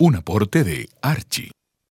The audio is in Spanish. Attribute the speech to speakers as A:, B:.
A: Un aporte de Archie.